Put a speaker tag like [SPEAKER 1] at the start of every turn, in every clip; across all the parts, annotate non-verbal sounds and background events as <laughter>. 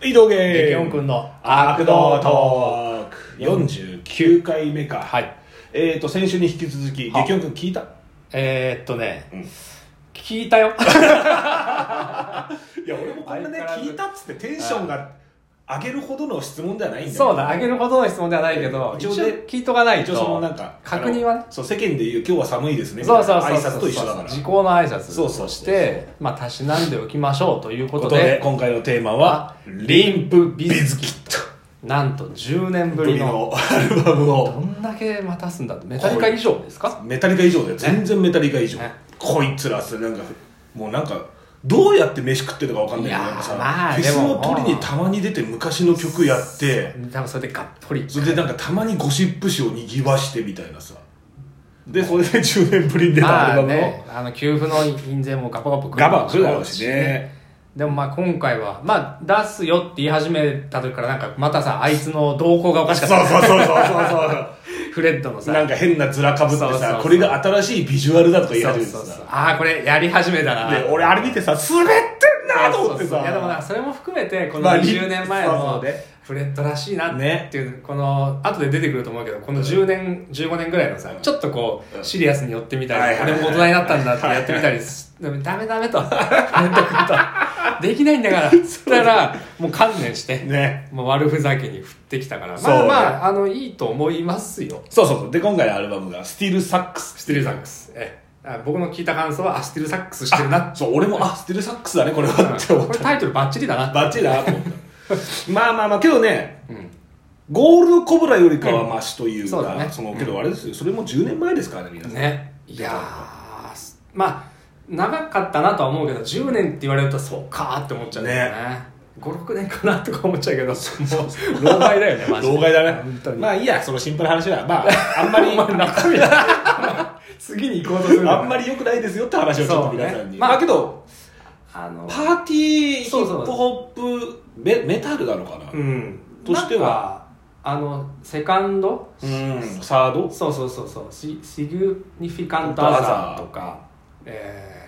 [SPEAKER 1] はい、どうげ
[SPEAKER 2] デ
[SPEAKER 1] ー
[SPEAKER 2] ケオン君の
[SPEAKER 1] 悪道トーク49回目か。
[SPEAKER 2] はい。
[SPEAKER 1] えっと、先週に引き続き、
[SPEAKER 2] は
[SPEAKER 1] デケオン君聞いた
[SPEAKER 2] えー、っとね、
[SPEAKER 1] ん
[SPEAKER 2] 聞いたよ
[SPEAKER 1] いや、俺もこんなね、
[SPEAKER 2] 相変わらず
[SPEAKER 1] 聞いたっつってテンションが上げるほどの質問ではないんだよ
[SPEAKER 2] <laughs> そうだあげるほどの質問ではないけど
[SPEAKER 1] 一
[SPEAKER 2] 一
[SPEAKER 1] 応
[SPEAKER 2] 応
[SPEAKER 1] ね
[SPEAKER 2] 聞いとかない
[SPEAKER 1] 一
[SPEAKER 2] と
[SPEAKER 1] 応そのなんか、
[SPEAKER 2] 確認はね
[SPEAKER 1] あのそう、世間で言う、今日は寒いですね。
[SPEAKER 2] そうそうそう
[SPEAKER 1] みたいな挨拶と一緒だから。
[SPEAKER 2] 時効の挨拶
[SPEAKER 1] そうそうそう
[SPEAKER 2] としてまあたしなんでおきましょうということ
[SPEAKER 1] こと
[SPEAKER 2] で
[SPEAKER 1] で、今回のテーマは、
[SPEAKER 2] リンプビ
[SPEAKER 1] ビ
[SPEAKER 2] ズ
[SPEAKER 1] ズキット。
[SPEAKER 2] なんと10年ぶ
[SPEAKER 1] ぶり
[SPEAKER 2] りの
[SPEAKER 1] のアルバム
[SPEAKER 2] ど
[SPEAKER 1] を。
[SPEAKER 2] んだけ待たすんだとメタリカ以上ですか
[SPEAKER 1] メタリカ以上だよ。全然メタリカ以上
[SPEAKER 2] ね。
[SPEAKER 1] こいつらさ、なんか、もうなんか、どうやって飯食ってるのかわかんないけど、
[SPEAKER 2] いやー
[SPEAKER 1] なんかさ、
[SPEAKER 2] まあ
[SPEAKER 1] フェス
[SPEAKER 2] で
[SPEAKER 1] の
[SPEAKER 2] も
[SPEAKER 1] 取りにたまに出て昔の曲やって、
[SPEAKER 2] 多分それでがっぽり
[SPEAKER 1] それでなんかたまにゴシップ誌を賑わしてみたいなさ。で、それで10年ぶりに出たアル
[SPEAKER 2] まあ
[SPEAKER 1] バムを。
[SPEAKER 2] ねあの給付の印税もガバガバ来る
[SPEAKER 1] ガバ来るだろうしね。
[SPEAKER 2] でもまあ今回は、まあ出すよって言い始めた時からなんかまたさ、あいつの動向がおかし
[SPEAKER 1] そ
[SPEAKER 2] か
[SPEAKER 1] う
[SPEAKER 2] っ
[SPEAKER 1] そう
[SPEAKER 2] た。
[SPEAKER 1] そうそう
[SPEAKER 2] <laughs>
[SPEAKER 1] そうそう。
[SPEAKER 2] フレッドのさ。
[SPEAKER 1] なんか変な面かぶって
[SPEAKER 2] そうそう
[SPEAKER 1] さ
[SPEAKER 2] そ、う
[SPEAKER 1] これが新しいビジュアルだとか言い
[SPEAKER 2] そう
[SPEAKER 1] 始めて
[SPEAKER 2] そうそう
[SPEAKER 1] さ。。
[SPEAKER 2] ああ、これやり始めたな。
[SPEAKER 1] で、俺あれ見てさ、滑ってんなと思って
[SPEAKER 2] そうそうそういやでもな、
[SPEAKER 1] さ。
[SPEAKER 2] それも含めて、この
[SPEAKER 1] まあ
[SPEAKER 2] 20年前
[SPEAKER 1] そうそう
[SPEAKER 2] の
[SPEAKER 1] ね
[SPEAKER 2] フレッドらしいな
[SPEAKER 1] ね
[SPEAKER 2] っていう、この、後で出てくると思うけど、この10年、15年ぐらいのさ、ちょっとこ
[SPEAKER 1] うん
[SPEAKER 2] う、シリアスに寄ってみた
[SPEAKER 1] はい
[SPEAKER 2] り、
[SPEAKER 1] はい
[SPEAKER 2] 俺
[SPEAKER 1] はい
[SPEAKER 2] も大人になったんだってやってみたりす、でもダメダメと、フレッド君と。できないん
[SPEAKER 1] <laughs>
[SPEAKER 2] だから。つったら、もう観念して。
[SPEAKER 1] ね。
[SPEAKER 2] もう悪ふざけに振ってきたから、
[SPEAKER 1] そう
[SPEAKER 2] ま
[SPEAKER 1] ね
[SPEAKER 2] あまあ、あの、いいと思いますよ。
[SPEAKER 1] そうそうそう。で、今回のアルバムが、スティールサックス。
[SPEAKER 2] スティルサックス。ええあ僕の聞いた感想は、あ、スティルサックスしてるな。
[SPEAKER 1] そう、俺も、あ、スティールサックスだね、これはって
[SPEAKER 2] うん
[SPEAKER 1] 思っ
[SPEAKER 2] これ
[SPEAKER 1] た。
[SPEAKER 2] タイトルバッチリだな。
[SPEAKER 1] バッチリだなと思 <laughs> った。まあまあまあ、けどね、
[SPEAKER 2] うん
[SPEAKER 1] ゴールドコブラよりかはマシという
[SPEAKER 2] そうだ
[SPEAKER 1] か、
[SPEAKER 2] ね
[SPEAKER 1] その、けどあれですよ、それも10年前ですからね、皆さん。
[SPEAKER 2] ね。いやー、すまあ、長かったなとは思うけど、10年って言われると、そうかーって思っちゃうんだよね。五5、6年かなとか思っちゃうけど、もう、老害だよね、マジで。
[SPEAKER 1] 老害だ
[SPEAKER 2] 本
[SPEAKER 1] ね
[SPEAKER 2] 当。に。
[SPEAKER 1] まあいいや、そのシンプルな話は。 <laughs> まあ、あんまり、
[SPEAKER 2] お前中身だ次に行こうとする
[SPEAKER 1] あんま
[SPEAKER 2] り。
[SPEAKER 1] り良くないですよって話をちょっと皆さ
[SPEAKER 2] そうん
[SPEAKER 1] に。
[SPEAKER 2] ね
[SPEAKER 1] ま
[SPEAKER 2] まあ
[SPEAKER 1] あけど、
[SPEAKER 2] あの、
[SPEAKER 1] パーティー、ヒ
[SPEAKER 2] そうそう
[SPEAKER 1] ップホップ、メメタルなのかな
[SPEAKER 2] うん。
[SPEAKER 1] としては
[SPEAKER 2] なんか、あの、セカンド
[SPEAKER 1] うん、サード
[SPEAKER 2] そうそうそうそうシシグニフィカントアザーとか、えー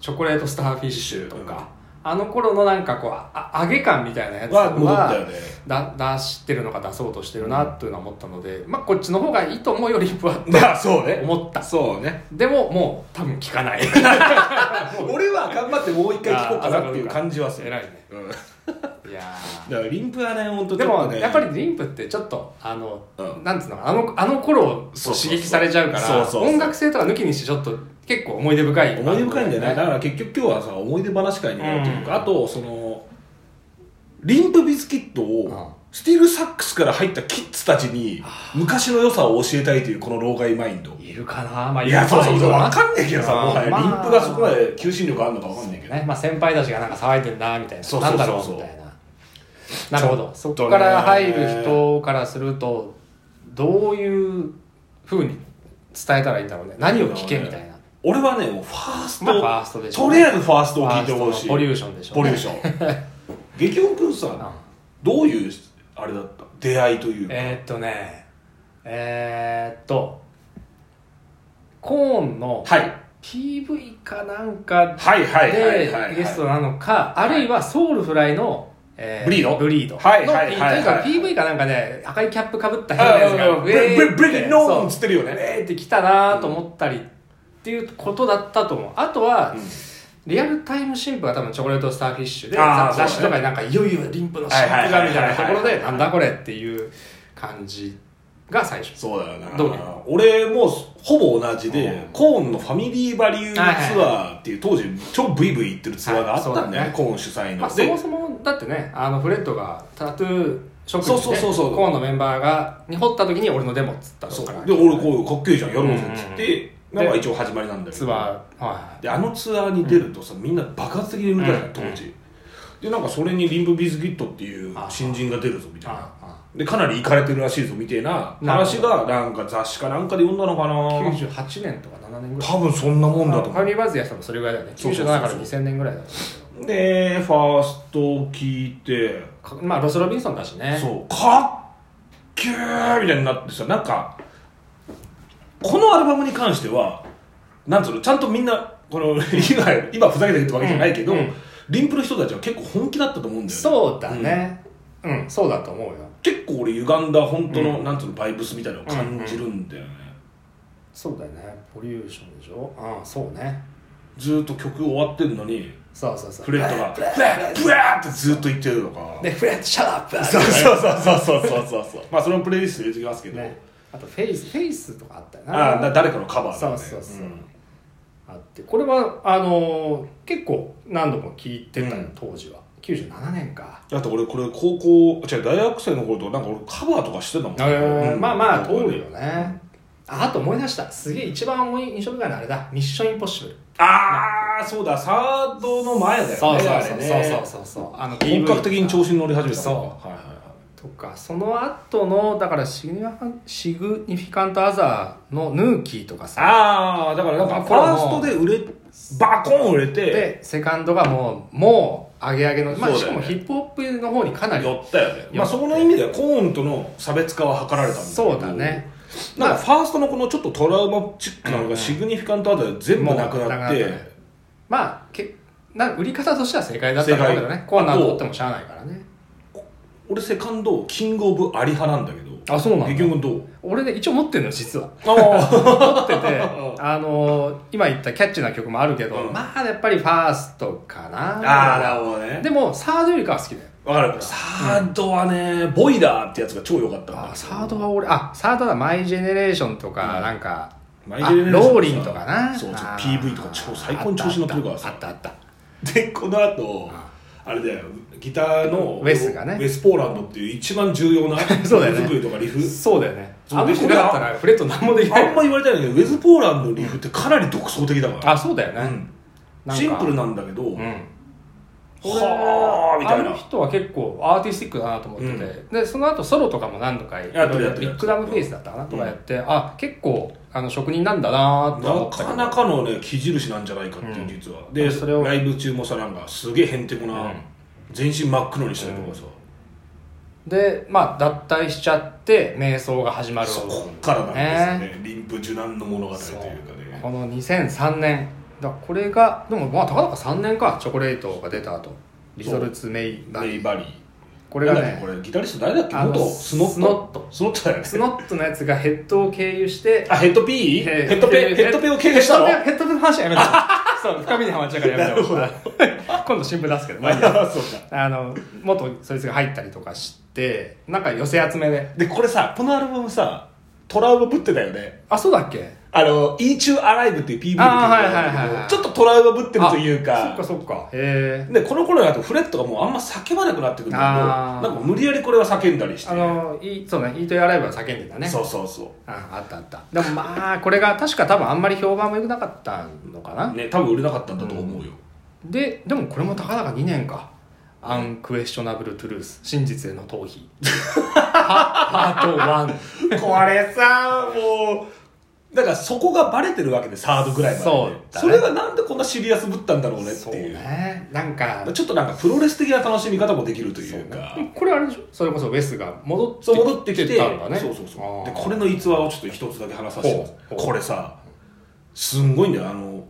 [SPEAKER 2] チョコレートスターフィッシュと
[SPEAKER 1] うん
[SPEAKER 2] か、あの頃のなんかこうあ揚げ感みたいなやつ
[SPEAKER 1] は戻ったよ
[SPEAKER 2] は
[SPEAKER 1] ね。
[SPEAKER 2] だ出してるのか出そうとしてるなというのは思ったので、まあこっちの方がいいと思うよリップはって
[SPEAKER 1] まあそうね。
[SPEAKER 2] 思った
[SPEAKER 1] そうね。
[SPEAKER 2] でももう多分聞かない
[SPEAKER 1] 俺は頑張ってもう一回聞こうかなっていう感じはする。
[SPEAKER 2] 偉いね
[SPEAKER 1] うん
[SPEAKER 2] いやー
[SPEAKER 1] だからリンプはね、本当
[SPEAKER 2] でもやっぱ
[SPEAKER 1] ね
[SPEAKER 2] りリンプってちょっとあの、
[SPEAKER 1] うん
[SPEAKER 2] なんつうのあのあの頃を
[SPEAKER 1] そうそ
[SPEAKER 2] 刺
[SPEAKER 1] うそう
[SPEAKER 2] 激されちゃうから
[SPEAKER 1] そうそうそう
[SPEAKER 2] 音楽性とか抜きにしてちょっと結構思い出深い
[SPEAKER 1] 思い出深いんだよね。
[SPEAKER 2] バンド
[SPEAKER 1] だから結局今日はさ、思い出話会になるというか、
[SPEAKER 2] うん
[SPEAKER 1] あと、その、リンプビスキット
[SPEAKER 2] うん
[SPEAKER 1] を、スティールサックスから入ったキッズたちに、昔の良さを教えたいというこの老害マインド。
[SPEAKER 2] いるかなまあ
[SPEAKER 1] いや、そうそうそう、わかんねえけどさ、
[SPEAKER 2] うん
[SPEAKER 1] もはや
[SPEAKER 2] まあ
[SPEAKER 1] リンプがそこまで求心力あるのかわかんねえけど。
[SPEAKER 2] ね、まあ先輩たちがなんか騒いでんなみたいな
[SPEAKER 1] そうそう
[SPEAKER 2] な
[SPEAKER 1] そ
[SPEAKER 2] ん
[SPEAKER 1] う
[SPEAKER 2] だ
[SPEAKER 1] そう
[SPEAKER 2] ろうみたいななるほどそこか
[SPEAKER 1] ちょっ
[SPEAKER 2] ら
[SPEAKER 1] とね
[SPEAKER 2] 入る人からするとどういうふうに伝えたらいいんだろうね何を聞けみたいな、
[SPEAKER 1] 俺はね、もうファースト、
[SPEAKER 2] まあファーストでしょう
[SPEAKER 1] と
[SPEAKER 2] ね
[SPEAKER 1] りあえずファースト
[SPEAKER 2] フ
[SPEAKER 1] を
[SPEAKER 2] ァ
[SPEAKER 1] 聞
[SPEAKER 2] ー
[SPEAKER 1] い
[SPEAKER 2] ス
[SPEAKER 1] て
[SPEAKER 2] ト
[SPEAKER 1] ほ
[SPEAKER 2] の
[SPEAKER 1] しい。
[SPEAKER 2] ポリューションでしょう
[SPEAKER 1] ポリ
[SPEAKER 2] ね、
[SPEAKER 1] ューショ
[SPEAKER 2] <laughs>
[SPEAKER 1] ン。激音くんさ、どういう、あれだった出会いというか。
[SPEAKER 2] えー、っとねえー、っとコーンの
[SPEAKER 1] はい。
[SPEAKER 2] PV かなんか
[SPEAKER 1] はいはいはいはいはい
[SPEAKER 2] でゲストなのか、あるいはソウルフライの、え
[SPEAKER 1] ブリード
[SPEAKER 2] ブリード。
[SPEAKER 1] はいはいはい
[SPEAKER 2] の
[SPEAKER 1] はい
[SPEAKER 2] とにかく PV かなんかね、赤いキャップかぶった変なやつが、
[SPEAKER 1] うんうんうんブリブリブリノーンっつってるよね
[SPEAKER 2] そうえーって来たなーと思ったりっていうことだったと思う。あとは、
[SPEAKER 1] うん
[SPEAKER 2] リアルタイムシンプは多分チョコレートスターフィッシュで、
[SPEAKER 1] あー
[SPEAKER 2] 雑雑誌
[SPEAKER 1] そう
[SPEAKER 2] と
[SPEAKER 1] だね
[SPEAKER 2] かになんかいよいよリンプのシンプがみたいなところ
[SPEAKER 1] はいはいはいはい
[SPEAKER 2] で、なんだこれっていう感じが最初。
[SPEAKER 1] そうだよな。
[SPEAKER 2] どうね
[SPEAKER 1] 俺もほぼ同じで、
[SPEAKER 2] うん
[SPEAKER 1] コーンのファミリーバリューツアーっていう、当時超ブイブイ行ってるツアーがあったんだよね、
[SPEAKER 2] はいそうだね
[SPEAKER 1] コーン主催の。
[SPEAKER 2] まあ、そ
[SPEAKER 1] で
[SPEAKER 2] もそもだってねあのフレッドがタトゥー職人で
[SPEAKER 1] そうそうそうそう
[SPEAKER 2] コーンのメンバーがに掘った時に俺のデモっつったの
[SPEAKER 1] そう
[SPEAKER 2] から
[SPEAKER 1] で、俺こういうかっけえじゃん、やろうぜっつっ
[SPEAKER 2] うん
[SPEAKER 1] て、なんか一応始まりなんだけど。
[SPEAKER 2] ツアーはい
[SPEAKER 1] で、あのツアーに出るとさ、みんな爆発的に売れたじゃん、当時。で、なんかそれにリンブビズギットっていう新人が出るぞ、みたいな。
[SPEAKER 2] あ
[SPEAKER 1] で、かなり行かれてるらしいぞ、みたいな
[SPEAKER 2] なるほ
[SPEAKER 1] 話
[SPEAKER 2] ど
[SPEAKER 1] が、なんか雑誌かなんかで読んだのか
[SPEAKER 2] あ
[SPEAKER 1] な
[SPEAKER 2] 98年とか7年ぐらい
[SPEAKER 1] 多分そんなもんだと
[SPEAKER 2] フ
[SPEAKER 1] 思
[SPEAKER 2] ァ
[SPEAKER 1] う
[SPEAKER 2] ミ。リーバーズやってたのそれぐらいだよね
[SPEAKER 1] そう
[SPEAKER 2] 97
[SPEAKER 1] そうそう
[SPEAKER 2] から2000年ぐらいだと思
[SPEAKER 1] で、ファーストを聞いて、
[SPEAKER 2] うけどかまあロス・ロビンソンだしね
[SPEAKER 1] そう、かっけーみたいになってさ、なんか、このアルバムに関しては、なんつうの、ちゃんとみんな、この、今、今ふざけてるってわけじゃないけど、
[SPEAKER 2] うんうん
[SPEAKER 1] リンプの人たちは結構本気だったと思うんだよね
[SPEAKER 2] そうだねうん、そうだと思うよ
[SPEAKER 1] 結構俺歪んだ本当の、
[SPEAKER 2] うん
[SPEAKER 1] なんつうのバイブスみたいなのを感じるんだよね、
[SPEAKER 2] そうだよねポリューションでしょああそうね
[SPEAKER 1] ずーっと曲終わってんのに
[SPEAKER 2] そうそうそう
[SPEAKER 1] フレットが「ブ
[SPEAKER 2] ブレ
[SPEAKER 1] レ
[SPEAKER 2] ッ
[SPEAKER 1] ッブレッ!」ってずーっと言ってるのか
[SPEAKER 2] でフレットシャラップ
[SPEAKER 1] そうそうそうそうそうそうそう <laughs> まあそのプレイリスト入れてきますけど、
[SPEAKER 2] ねあとフェイスフェイスとかあったよな
[SPEAKER 1] ああだ誰かのカバーだよね
[SPEAKER 2] そうそうそうんあってこれはあのー結構何度も聞いてたよ、
[SPEAKER 1] うん
[SPEAKER 2] 当時は97年か
[SPEAKER 1] だって俺これ高校違う大学生の頃となんか俺カバーとかしてたもん、うん
[SPEAKER 2] まあまあ通るよねああと思い出したすげえ一番思い印象深いのはあれだ「ミッションインポッシブル」
[SPEAKER 1] ああそうだサードの前だよね
[SPEAKER 2] そうそう
[SPEAKER 1] あ
[SPEAKER 2] そう
[SPEAKER 1] れ
[SPEAKER 2] そう
[SPEAKER 1] ね
[SPEAKER 2] そうそうそうあの
[SPEAKER 1] 本格的に調子に乗り始めた
[SPEAKER 2] そう
[SPEAKER 1] はいはいはい
[SPEAKER 2] とかその後のだからシグニファンシグニフィカント・アザーの「ヌーキー」とかさ
[SPEAKER 1] ああだからなんかフ
[SPEAKER 2] これは
[SPEAKER 1] ァ
[SPEAKER 2] も
[SPEAKER 1] ー
[SPEAKER 2] う
[SPEAKER 1] ストで売れバコン売れて
[SPEAKER 2] でセカンドがもうもう上げ上げの、まあ、
[SPEAKER 1] そう
[SPEAKER 2] し
[SPEAKER 1] だ
[SPEAKER 2] か
[SPEAKER 1] よね
[SPEAKER 2] もヒップホップの方にかなり
[SPEAKER 1] 寄ったよね
[SPEAKER 2] て
[SPEAKER 1] まあそこの意味ではコーンとの差別化は図られたんだけど
[SPEAKER 2] そうだね
[SPEAKER 1] なんかファーストのこのちょっとトラウマチックなのがシグニフィカントアザーで全部なくなって
[SPEAKER 2] もうなくなったねまあけな売り方としては正解だったんだけど
[SPEAKER 1] 正
[SPEAKER 2] ね
[SPEAKER 1] 解
[SPEAKER 2] コアなとってもしゃあないからね
[SPEAKER 1] 俺セカンドキングオブアリ派なんだけど
[SPEAKER 2] あそうなんだ
[SPEAKER 1] 結局どう
[SPEAKER 2] 俺ね一応持ってるの実は
[SPEAKER 1] あ
[SPEAKER 2] 持ってて
[SPEAKER 1] うん
[SPEAKER 2] あのー今言ったキャッチーな曲もあるけど、
[SPEAKER 1] うん
[SPEAKER 2] まあやっぱりファーストかな
[SPEAKER 1] <laughs> あーなるほどね
[SPEAKER 2] でもサードよりかは好きだよ
[SPEAKER 1] わかるサードはね、ボイラーってやつが超良かったんだ
[SPEAKER 2] あーサードは俺あサードはマイジェネレーションとか、なんか
[SPEAKER 1] マイジェネレーションとか
[SPEAKER 2] あローリンとかな
[SPEAKER 1] そうそう
[SPEAKER 2] あー
[SPEAKER 1] PV とか超最高に調子乗ってるからさ
[SPEAKER 2] あったあったあった
[SPEAKER 1] でこの後あれだよギターの
[SPEAKER 2] ウェスがね
[SPEAKER 1] ウェスポーランドっていう一番重要な
[SPEAKER 2] <laughs> そうだよね
[SPEAKER 1] 作りとかリフ
[SPEAKER 2] そうだよね
[SPEAKER 1] そう
[SPEAKER 2] あの人いなかったらフレット何もできな
[SPEAKER 1] あ
[SPEAKER 2] い
[SPEAKER 1] んま言われてないけどウェスポーランドのリフってかなり独創的だから
[SPEAKER 2] あそうだよね、
[SPEAKER 1] うん
[SPEAKER 2] なんか
[SPEAKER 1] シンプルなんだけど、
[SPEAKER 2] うん
[SPEAKER 1] はあみたい
[SPEAKER 2] あ
[SPEAKER 1] な
[SPEAKER 2] の人は結構アーティスティックだなと思ってて、
[SPEAKER 1] う
[SPEAKER 2] でその後ソロとかも何度かやって
[SPEAKER 1] やってるやってる
[SPEAKER 2] ビッグダムフェイスだったかなとかやって、あ結構あの職人なんだなと思
[SPEAKER 1] な
[SPEAKER 2] ったけど
[SPEAKER 1] かなかのね木印なんじゃないかっていう実は、で
[SPEAKER 2] それを
[SPEAKER 1] ライブ中もさなんかすげえへんてこな、
[SPEAKER 2] うん
[SPEAKER 1] 全身真っ黒にしたりとかさ、
[SPEAKER 2] でまあ脱退しちゃって瞑想が始まる
[SPEAKER 1] そこっからなんです
[SPEAKER 2] ね
[SPEAKER 1] よねリンプ受難の物語というかね
[SPEAKER 2] そうこの2003年だこれがでもまあたかだか3年かチョコレートが出た後リゾルツ・メイバ
[SPEAKER 1] レ
[SPEAKER 2] リ
[SPEAKER 1] イ
[SPEAKER 2] ー
[SPEAKER 1] バリー
[SPEAKER 2] これが
[SPEAKER 1] なんだっけ
[SPEAKER 2] ね
[SPEAKER 1] これギタリスト誰だっけ
[SPEAKER 2] あの
[SPEAKER 1] 元スノット
[SPEAKER 2] スノッ
[SPEAKER 1] スノッ
[SPEAKER 2] ト
[SPEAKER 1] トだよね
[SPEAKER 2] スノットのやつがヘッドを経由して
[SPEAKER 1] あヘッドピー
[SPEAKER 2] えー
[SPEAKER 1] ヘッドペ
[SPEAKER 2] えー
[SPEAKER 1] ヘッドペを経由したの
[SPEAKER 2] ヘッドペヘッドペの話はやめた <laughs> そう深みにはまっちゃうからやめた
[SPEAKER 1] な
[SPEAKER 2] よ <laughs> 今度新聞出すけどまあいいや
[SPEAKER 1] あそうか
[SPEAKER 2] あの元そいつが入ったりとかしてなんか寄せ集めで
[SPEAKER 1] でこれさこのアルバムさトラウマぶってたよね
[SPEAKER 2] あそうだっけ
[SPEAKER 1] あの「E 中アライブ」っていう PV で
[SPEAKER 2] あーはいはいはいはい
[SPEAKER 1] ちょっとトラウマぶってるという
[SPEAKER 2] あそっかそっかへえ
[SPEAKER 1] でこの頃になるとフレットがもうあんま叫ばなくなってくるんだけど
[SPEAKER 2] あー
[SPEAKER 1] なんか無理やりこれは叫んだりして
[SPEAKER 2] あのいいそうね「イートイアライブ」は叫んでたね
[SPEAKER 1] そうそうそ
[SPEAKER 2] ああったあったでもまあこれが確か多分あんまり評判も良くなかったのかな
[SPEAKER 1] うね多分売れなかったんだと思うよ、
[SPEAKER 2] ででもこれもたかだか2年か「アンクエスチョナブル・トゥルース真実への逃避」パパート1
[SPEAKER 1] これさもうだからそこがバレてるわけでサードぐらいまで
[SPEAKER 2] そうだね
[SPEAKER 1] それがなんでこんなシリアスぶったんだろうねって
[SPEAKER 2] そう
[SPEAKER 1] いう
[SPEAKER 2] ねなんか
[SPEAKER 1] ちょっとなんかプロレス的な楽しみ方もできるというか
[SPEAKER 2] でもこれあれでしょそれこそウェスが戻って
[SPEAKER 1] そう戻ってきて
[SPEAKER 2] たんだね
[SPEAKER 1] そうそうそうで
[SPEAKER 2] あー
[SPEAKER 1] これの逸話をちょっと一つだけ話させてもらいます
[SPEAKER 2] ほうほう
[SPEAKER 1] これさすんごいんだよあの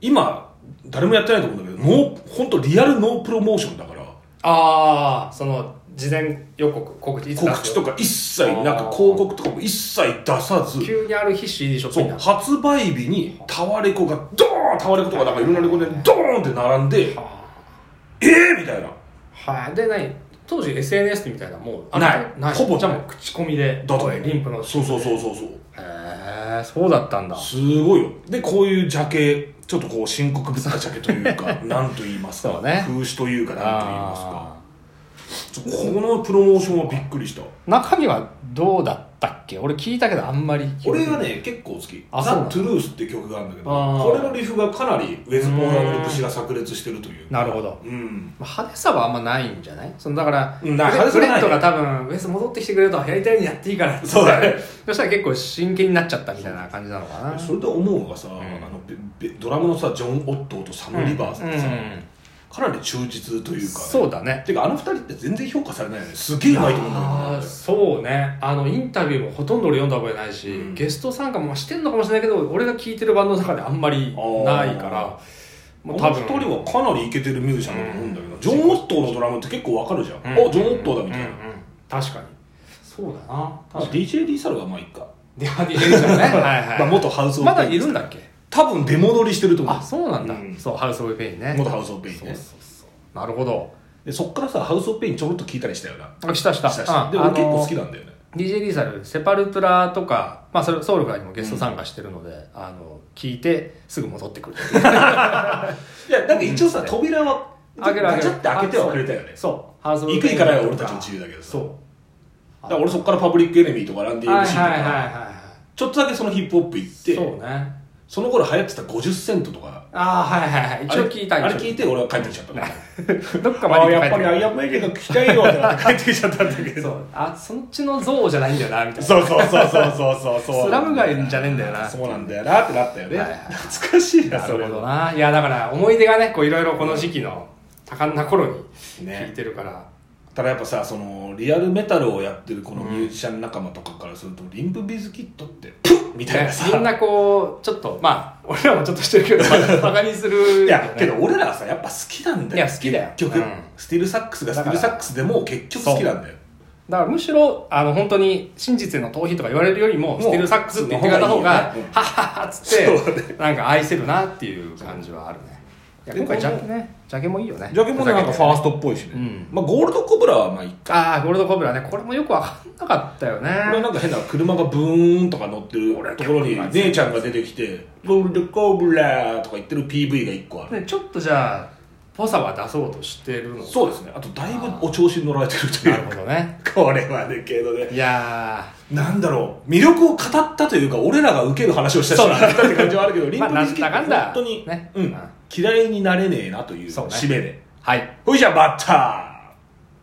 [SPEAKER 1] 今誰もやってないと思うんだけどノー本当リアルノープロモーションだから
[SPEAKER 2] ああその事前予告告知いつ出すよ
[SPEAKER 1] 告知とか一切
[SPEAKER 2] あー
[SPEAKER 1] なんか広告とかも一切出さず
[SPEAKER 2] 急にある日 CD ショップ
[SPEAKER 1] そ
[SPEAKER 2] に
[SPEAKER 1] う
[SPEAKER 2] なる
[SPEAKER 1] 発売日にタワレコがドーンタワレコとかなんかいろんなレコでドーンって並んで
[SPEAKER 2] は
[SPEAKER 1] ええー、みたいな
[SPEAKER 2] あはいで何当時 SNS みたいなもうあ
[SPEAKER 1] ない
[SPEAKER 2] ない
[SPEAKER 1] ほぼない
[SPEAKER 2] じゃあもう口コミで
[SPEAKER 1] だと
[SPEAKER 2] 声リンプの
[SPEAKER 1] そうそうそうそうそう
[SPEAKER 2] へえそうだったんだ
[SPEAKER 1] すごいよでこういうジャケちょっとこう深刻ぶったジャケという
[SPEAKER 2] <laughs>
[SPEAKER 1] かなんと言います
[SPEAKER 2] そ
[SPEAKER 1] か、
[SPEAKER 2] うね
[SPEAKER 1] 風刺というかなんと言いますか
[SPEAKER 2] あ
[SPEAKER 1] このプロモーションはびっくりした
[SPEAKER 2] ー中身はどうだったっけ俺聞いたけどあんまり記憶
[SPEAKER 1] 俺はね結構好き「
[SPEAKER 2] あそうな
[SPEAKER 1] The
[SPEAKER 2] の
[SPEAKER 1] Truth」って曲があるんだけど
[SPEAKER 2] あー
[SPEAKER 1] これのリフがかなりウェズ・ポーランドの節が炸裂してるというか
[SPEAKER 2] なるほど
[SPEAKER 1] うん
[SPEAKER 2] まあ派手さはあんまないんじゃないそのだから、
[SPEAKER 1] うんだから
[SPEAKER 2] フレフレットが
[SPEAKER 1] 派手
[SPEAKER 2] 多分、ウェス戻ってきてくれると、やりたいようにやっていいからって
[SPEAKER 1] そうだね。
[SPEAKER 2] そしたら結構真剣になっちゃったみたいな感じなのかな。
[SPEAKER 1] それで思うのがさ、
[SPEAKER 2] ん
[SPEAKER 1] あのべべドラムのさジョン・オットーとサム・リバースってさ、
[SPEAKER 2] うん
[SPEAKER 1] かなり忠実というかね、
[SPEAKER 2] そうだね。
[SPEAKER 1] てかあの二人って全然評価されないよねすげえうまいと思うんだ
[SPEAKER 2] あ
[SPEAKER 1] よ
[SPEAKER 2] ー
[SPEAKER 1] ね
[SPEAKER 2] そうね。あの、インタビューもほとんど俺読んだ覚えないし、
[SPEAKER 1] うん
[SPEAKER 2] ゲスト参加もしてんのかもしれないけど、俺が聴いてるバンドの中であんまりないから、
[SPEAKER 1] この2人はかなりイケてるミュージシャンだと思うんだけど、ジョン・オットーのドラムって結構わかるじゃん、あジョン・オットーだみたいな、
[SPEAKER 2] 確かにそうだな
[SPEAKER 1] まあ、DJ リーサルはまあいいか、
[SPEAKER 2] ディアディエルじゃね <laughs> はいはい
[SPEAKER 1] まあ、元ハウス・オブ・
[SPEAKER 2] まだ
[SPEAKER 1] ペイ
[SPEAKER 2] い
[SPEAKER 1] ン
[SPEAKER 2] るんだっけ
[SPEAKER 1] 多分出戻りしてると思う
[SPEAKER 2] あそうなんだ、
[SPEAKER 1] うん
[SPEAKER 2] そうハウス・オブ・ペインね
[SPEAKER 1] 元ハウス・オブ・ペイン
[SPEAKER 2] そう
[SPEAKER 1] ね
[SPEAKER 2] そうそうなるほど
[SPEAKER 1] でそっからさハウス・オブ・ペインちょろっと聞いたりしたよな
[SPEAKER 2] あしたした
[SPEAKER 1] したしたで俺結構好きなんだよね
[SPEAKER 2] DJ リーサルセパルトゥラとか、まあ、それソウルからにもゲスト参加してるので、あの聞いてすぐ戻っ
[SPEAKER 1] <laughs>
[SPEAKER 2] てくる
[SPEAKER 1] いやなんか一応さ扉は
[SPEAKER 2] 開ける
[SPEAKER 1] ガ
[SPEAKER 2] 開け
[SPEAKER 1] チ
[SPEAKER 2] る
[SPEAKER 1] ャって開けてはくれたよね
[SPEAKER 2] そうハウス・オブ・
[SPEAKER 1] 行く行かないは俺たちの自由だけどさ
[SPEAKER 2] そう
[SPEAKER 1] だから俺そっからパブリック・エネミーとかランディ・エ
[SPEAKER 2] はい
[SPEAKER 1] ルシーとか、
[SPEAKER 2] はいはいは
[SPEAKER 1] ちょっとだけそのヒップホップ行っ
[SPEAKER 2] い
[SPEAKER 1] て
[SPEAKER 2] そう
[SPEAKER 1] そ
[SPEAKER 2] ね
[SPEAKER 1] の頃流行ってた50セントとか
[SPEAKER 2] ああはいはいはい一応聞いた
[SPEAKER 1] あれあれ聞いて俺は帰ってきちゃったから
[SPEAKER 2] <laughs> どっかま
[SPEAKER 1] ああ
[SPEAKER 2] で
[SPEAKER 1] やっぱりアイアンメイデンが聞きたいよってなって帰ってきちゃったんだけ
[SPEAKER 2] そ
[SPEAKER 1] ど
[SPEAKER 2] うあそっちの像じゃないんだよなみたいな
[SPEAKER 1] そうそうそうそうそうそうそう
[SPEAKER 2] スラム街じゃねえんだよな
[SPEAKER 1] そうなんだよなってなったよね、
[SPEAKER 2] はいはい
[SPEAKER 1] 懐かしいな
[SPEAKER 2] な
[SPEAKER 1] そ
[SPEAKER 2] る
[SPEAKER 1] れ
[SPEAKER 2] ほどないやだから思い出がねこういろいろこの時期の多感な頃に
[SPEAKER 1] ね
[SPEAKER 2] 聞いてるから、
[SPEAKER 1] ただやっぱさそのリアルメタルをやってるこのミュージシャン仲間とかからすると、リンプビズキットってプッみたいなさ
[SPEAKER 2] みんなこうちょっとまあ俺らもちょっとしてるけどバカにする
[SPEAKER 1] いやけど俺らはさやっぱ好きなんだよ
[SPEAKER 2] いや好きだよ
[SPEAKER 1] 結局、
[SPEAKER 2] うん
[SPEAKER 1] スティールサックスがスティールサックスでも結局好きなんだよ
[SPEAKER 2] だからむしろあの本当に真実への逃避とか言われるよりもスティルサックスって言ってくれた方が
[SPEAKER 1] その方がいいよねうん
[SPEAKER 2] ハッハッハッつって、
[SPEAKER 1] そう
[SPEAKER 2] なんか愛せるなっていう感じはあるねいや
[SPEAKER 1] で
[SPEAKER 2] 今回
[SPEAKER 1] こ
[SPEAKER 2] ジ
[SPEAKER 1] の
[SPEAKER 2] ャケねジャケもいいよね
[SPEAKER 1] ジャケもねなんかファーストっぽいしね、
[SPEAKER 2] うん
[SPEAKER 1] まあゴールドコブラはまあいいか
[SPEAKER 2] ああゴールドコブラねこれもよくわかんなかったよね
[SPEAKER 1] これなんか変な車がブーンとか乗ってるところに姉ちゃんが出てきて「ゴールドコブラー」とか言ってる PV が1個ある
[SPEAKER 2] ねちょっとじゃあぽさは出そうとしてるの
[SPEAKER 1] そうですねあとだいぶお調子に乗られてるとい
[SPEAKER 2] なる
[SPEAKER 1] う
[SPEAKER 2] ほ
[SPEAKER 1] か
[SPEAKER 2] どね
[SPEAKER 1] これはねけどね
[SPEAKER 2] いや
[SPEAKER 1] なんだろう魅力を語ったというか俺らが受ける話をしたし
[SPEAKER 2] そう
[SPEAKER 1] な
[SPEAKER 2] だ
[SPEAKER 1] かったって感じはあるけどリン
[SPEAKER 2] まあ
[SPEAKER 1] プビズキッ
[SPEAKER 2] な
[SPEAKER 1] ト
[SPEAKER 2] んだかんだ
[SPEAKER 1] 本当に
[SPEAKER 2] ね
[SPEAKER 1] う
[SPEAKER 2] うん
[SPEAKER 1] ん嫌いになれねえなという
[SPEAKER 2] そうね
[SPEAKER 1] 締めで
[SPEAKER 2] ーはい
[SPEAKER 1] ほいじゃあバッター